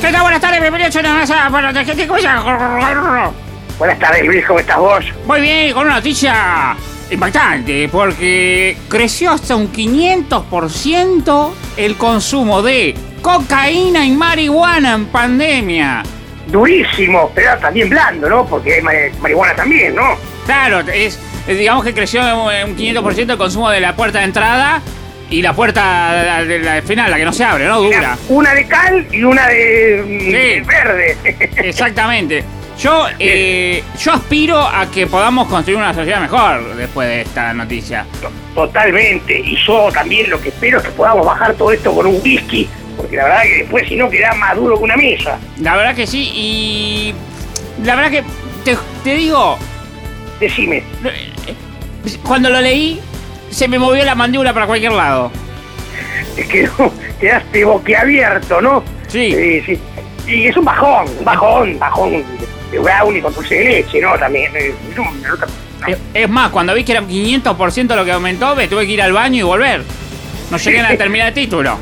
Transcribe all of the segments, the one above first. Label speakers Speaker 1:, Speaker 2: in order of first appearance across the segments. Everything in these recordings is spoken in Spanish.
Speaker 1: ¿Qué tal? Buenas tardes, bienvenidos a una masa. Bueno, ¿de qué te cuesta?
Speaker 2: Buenas tardes, Luis, ¿cómo estás vos?
Speaker 1: Muy bien, con una noticia impactante, porque creció hasta un 500% el consumo de cocaína y marihuana en pandemia.
Speaker 2: Durísimo, pero también blando, ¿no? Porque hay ma- marihuana también, ¿no?
Speaker 1: Claro, es, es- digamos que creció un 500% el consumo de la puerta de entrada y la puerta de la, de la final, la que no se abre, ¿no? Dura.
Speaker 2: Una de cal y una de, mm,
Speaker 1: Sí.
Speaker 2: de verde.
Speaker 1: Exactamente. Yo, eh, yo aspiro a que podamos construir una sociedad mejor después de esta noticia.
Speaker 2: Totalmente. Y yo también lo que espero es que podamos bajar todo esto con un whisky. Porque la verdad que después si no queda más duro que una mesa.
Speaker 1: La verdad que sí, y la verdad que te, te digo,
Speaker 2: Decime,
Speaker 1: cuando lo leí, se me movió la mandíbula para cualquier lado.
Speaker 2: es que no, quedaste boquiabierto, ¿no?
Speaker 1: Sí.
Speaker 2: Sí, sí. Y es un bajón, un bajón, un bajón de brownie con dulce de leche, ¿no? También. eh, Es un-
Speaker 1: Es- Es más, cuando vi que era un 500% lo que aumentó, me tuve que ir al baño y volver. No llegué a terminar el título.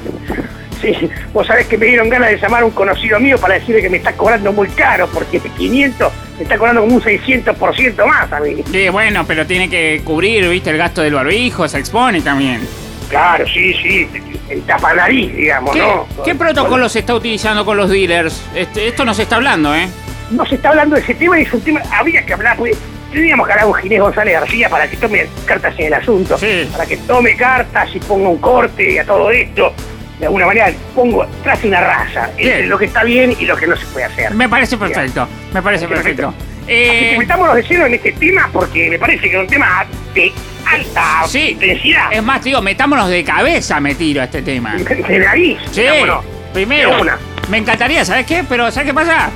Speaker 2: Sí, vos sabés que me dieron ganas de llamar a un conocido mío para decirle que me está cobrando muy caro, porque este 500 me está cobrando como un 600% más a mí.
Speaker 1: Sí, bueno, pero tiene que cubrir, viste, el gasto del barbijo, se expone también.
Speaker 2: Claro, sí, sí, el tapa nariz, digamos,
Speaker 1: ¿Qué,
Speaker 2: ¿no?
Speaker 1: qué protocolo se está utilizando con los dealers? Este, esto nos está hablando, ¿eh?
Speaker 2: No se está hablando de ese tema y es un tema, había que hablar, pues, teníamos que hablar con Ginés González García para que tome cartas en el asunto,
Speaker 1: Sí.
Speaker 2: para que tome cartas y ponga un corte a todo esto. De alguna manera, pongo, trace una raza entre
Speaker 1: Bien.
Speaker 2: lo que está bien y lo que no se puede hacer.
Speaker 1: Me parece perfecto, me parece perfecto.
Speaker 2: Así
Speaker 1: Eh,
Speaker 2: que metámonos de lleno en este tema porque me parece que es un tema de alta
Speaker 1: sí, Em,
Speaker 2: intensidad.
Speaker 1: es más, te digo, metámonos de cabeza, me tiro a este tema.
Speaker 2: De nariz.
Speaker 1: Sí,
Speaker 2: metámonos.
Speaker 1: primero.
Speaker 2: De una.
Speaker 1: Me encantaría, ¿sabes qué? Pero ¿sabes qué pasa?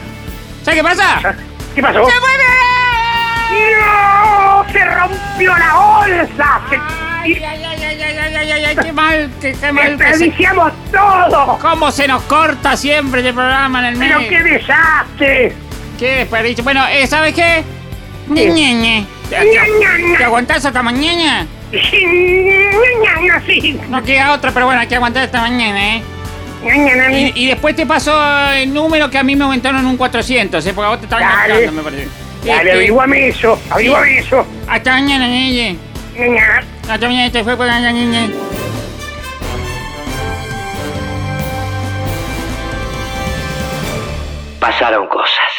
Speaker 1: ¿Sabes qué pasa?
Speaker 2: ¿Qué pasó?
Speaker 1: ¡Se mueve!
Speaker 2: ¡No! ¡Se rompió la bolsa! ¡Se
Speaker 1: Ay, ay, ay, ay, ay, ay, ay, ay, qué mal, qué, qué mal. que se-
Speaker 2: desperdiciamos todo!
Speaker 1: ¿Cómo se nos corta siempre este programa en el
Speaker 2: ¡Pero qué
Speaker 1: medio?
Speaker 2: desastre!
Speaker 1: Qué desperdicio. Bueno, eh, ¿sabes qué? Ñe,
Speaker 2: ¿Qué?
Speaker 1: Ñe, Ñe. ¿Te,
Speaker 2: Ñe, Ñe,
Speaker 1: te-
Speaker 2: Ñe.
Speaker 1: te aguantás hasta mañana?
Speaker 2: Ñaña, sí.
Speaker 1: No queda otra, pero bueno, hay que aguantar hasta mañana, ¿eh?
Speaker 2: Ñaña, ñaña.
Speaker 1: Y, y después te paso el número que a mí me aumentaron un 400, ¿eh? Porque a vos te estaban
Speaker 2: Dale.
Speaker 1: gastando, me parece.
Speaker 2: Dale,
Speaker 1: Este,
Speaker 2: averiguame eso, averiguame eso.
Speaker 1: Hasta mañana, Ñe, Ñe.
Speaker 2: Ñaña.
Speaker 1: Ah, también este fue con la niña.
Speaker 3: Pasaron cosas.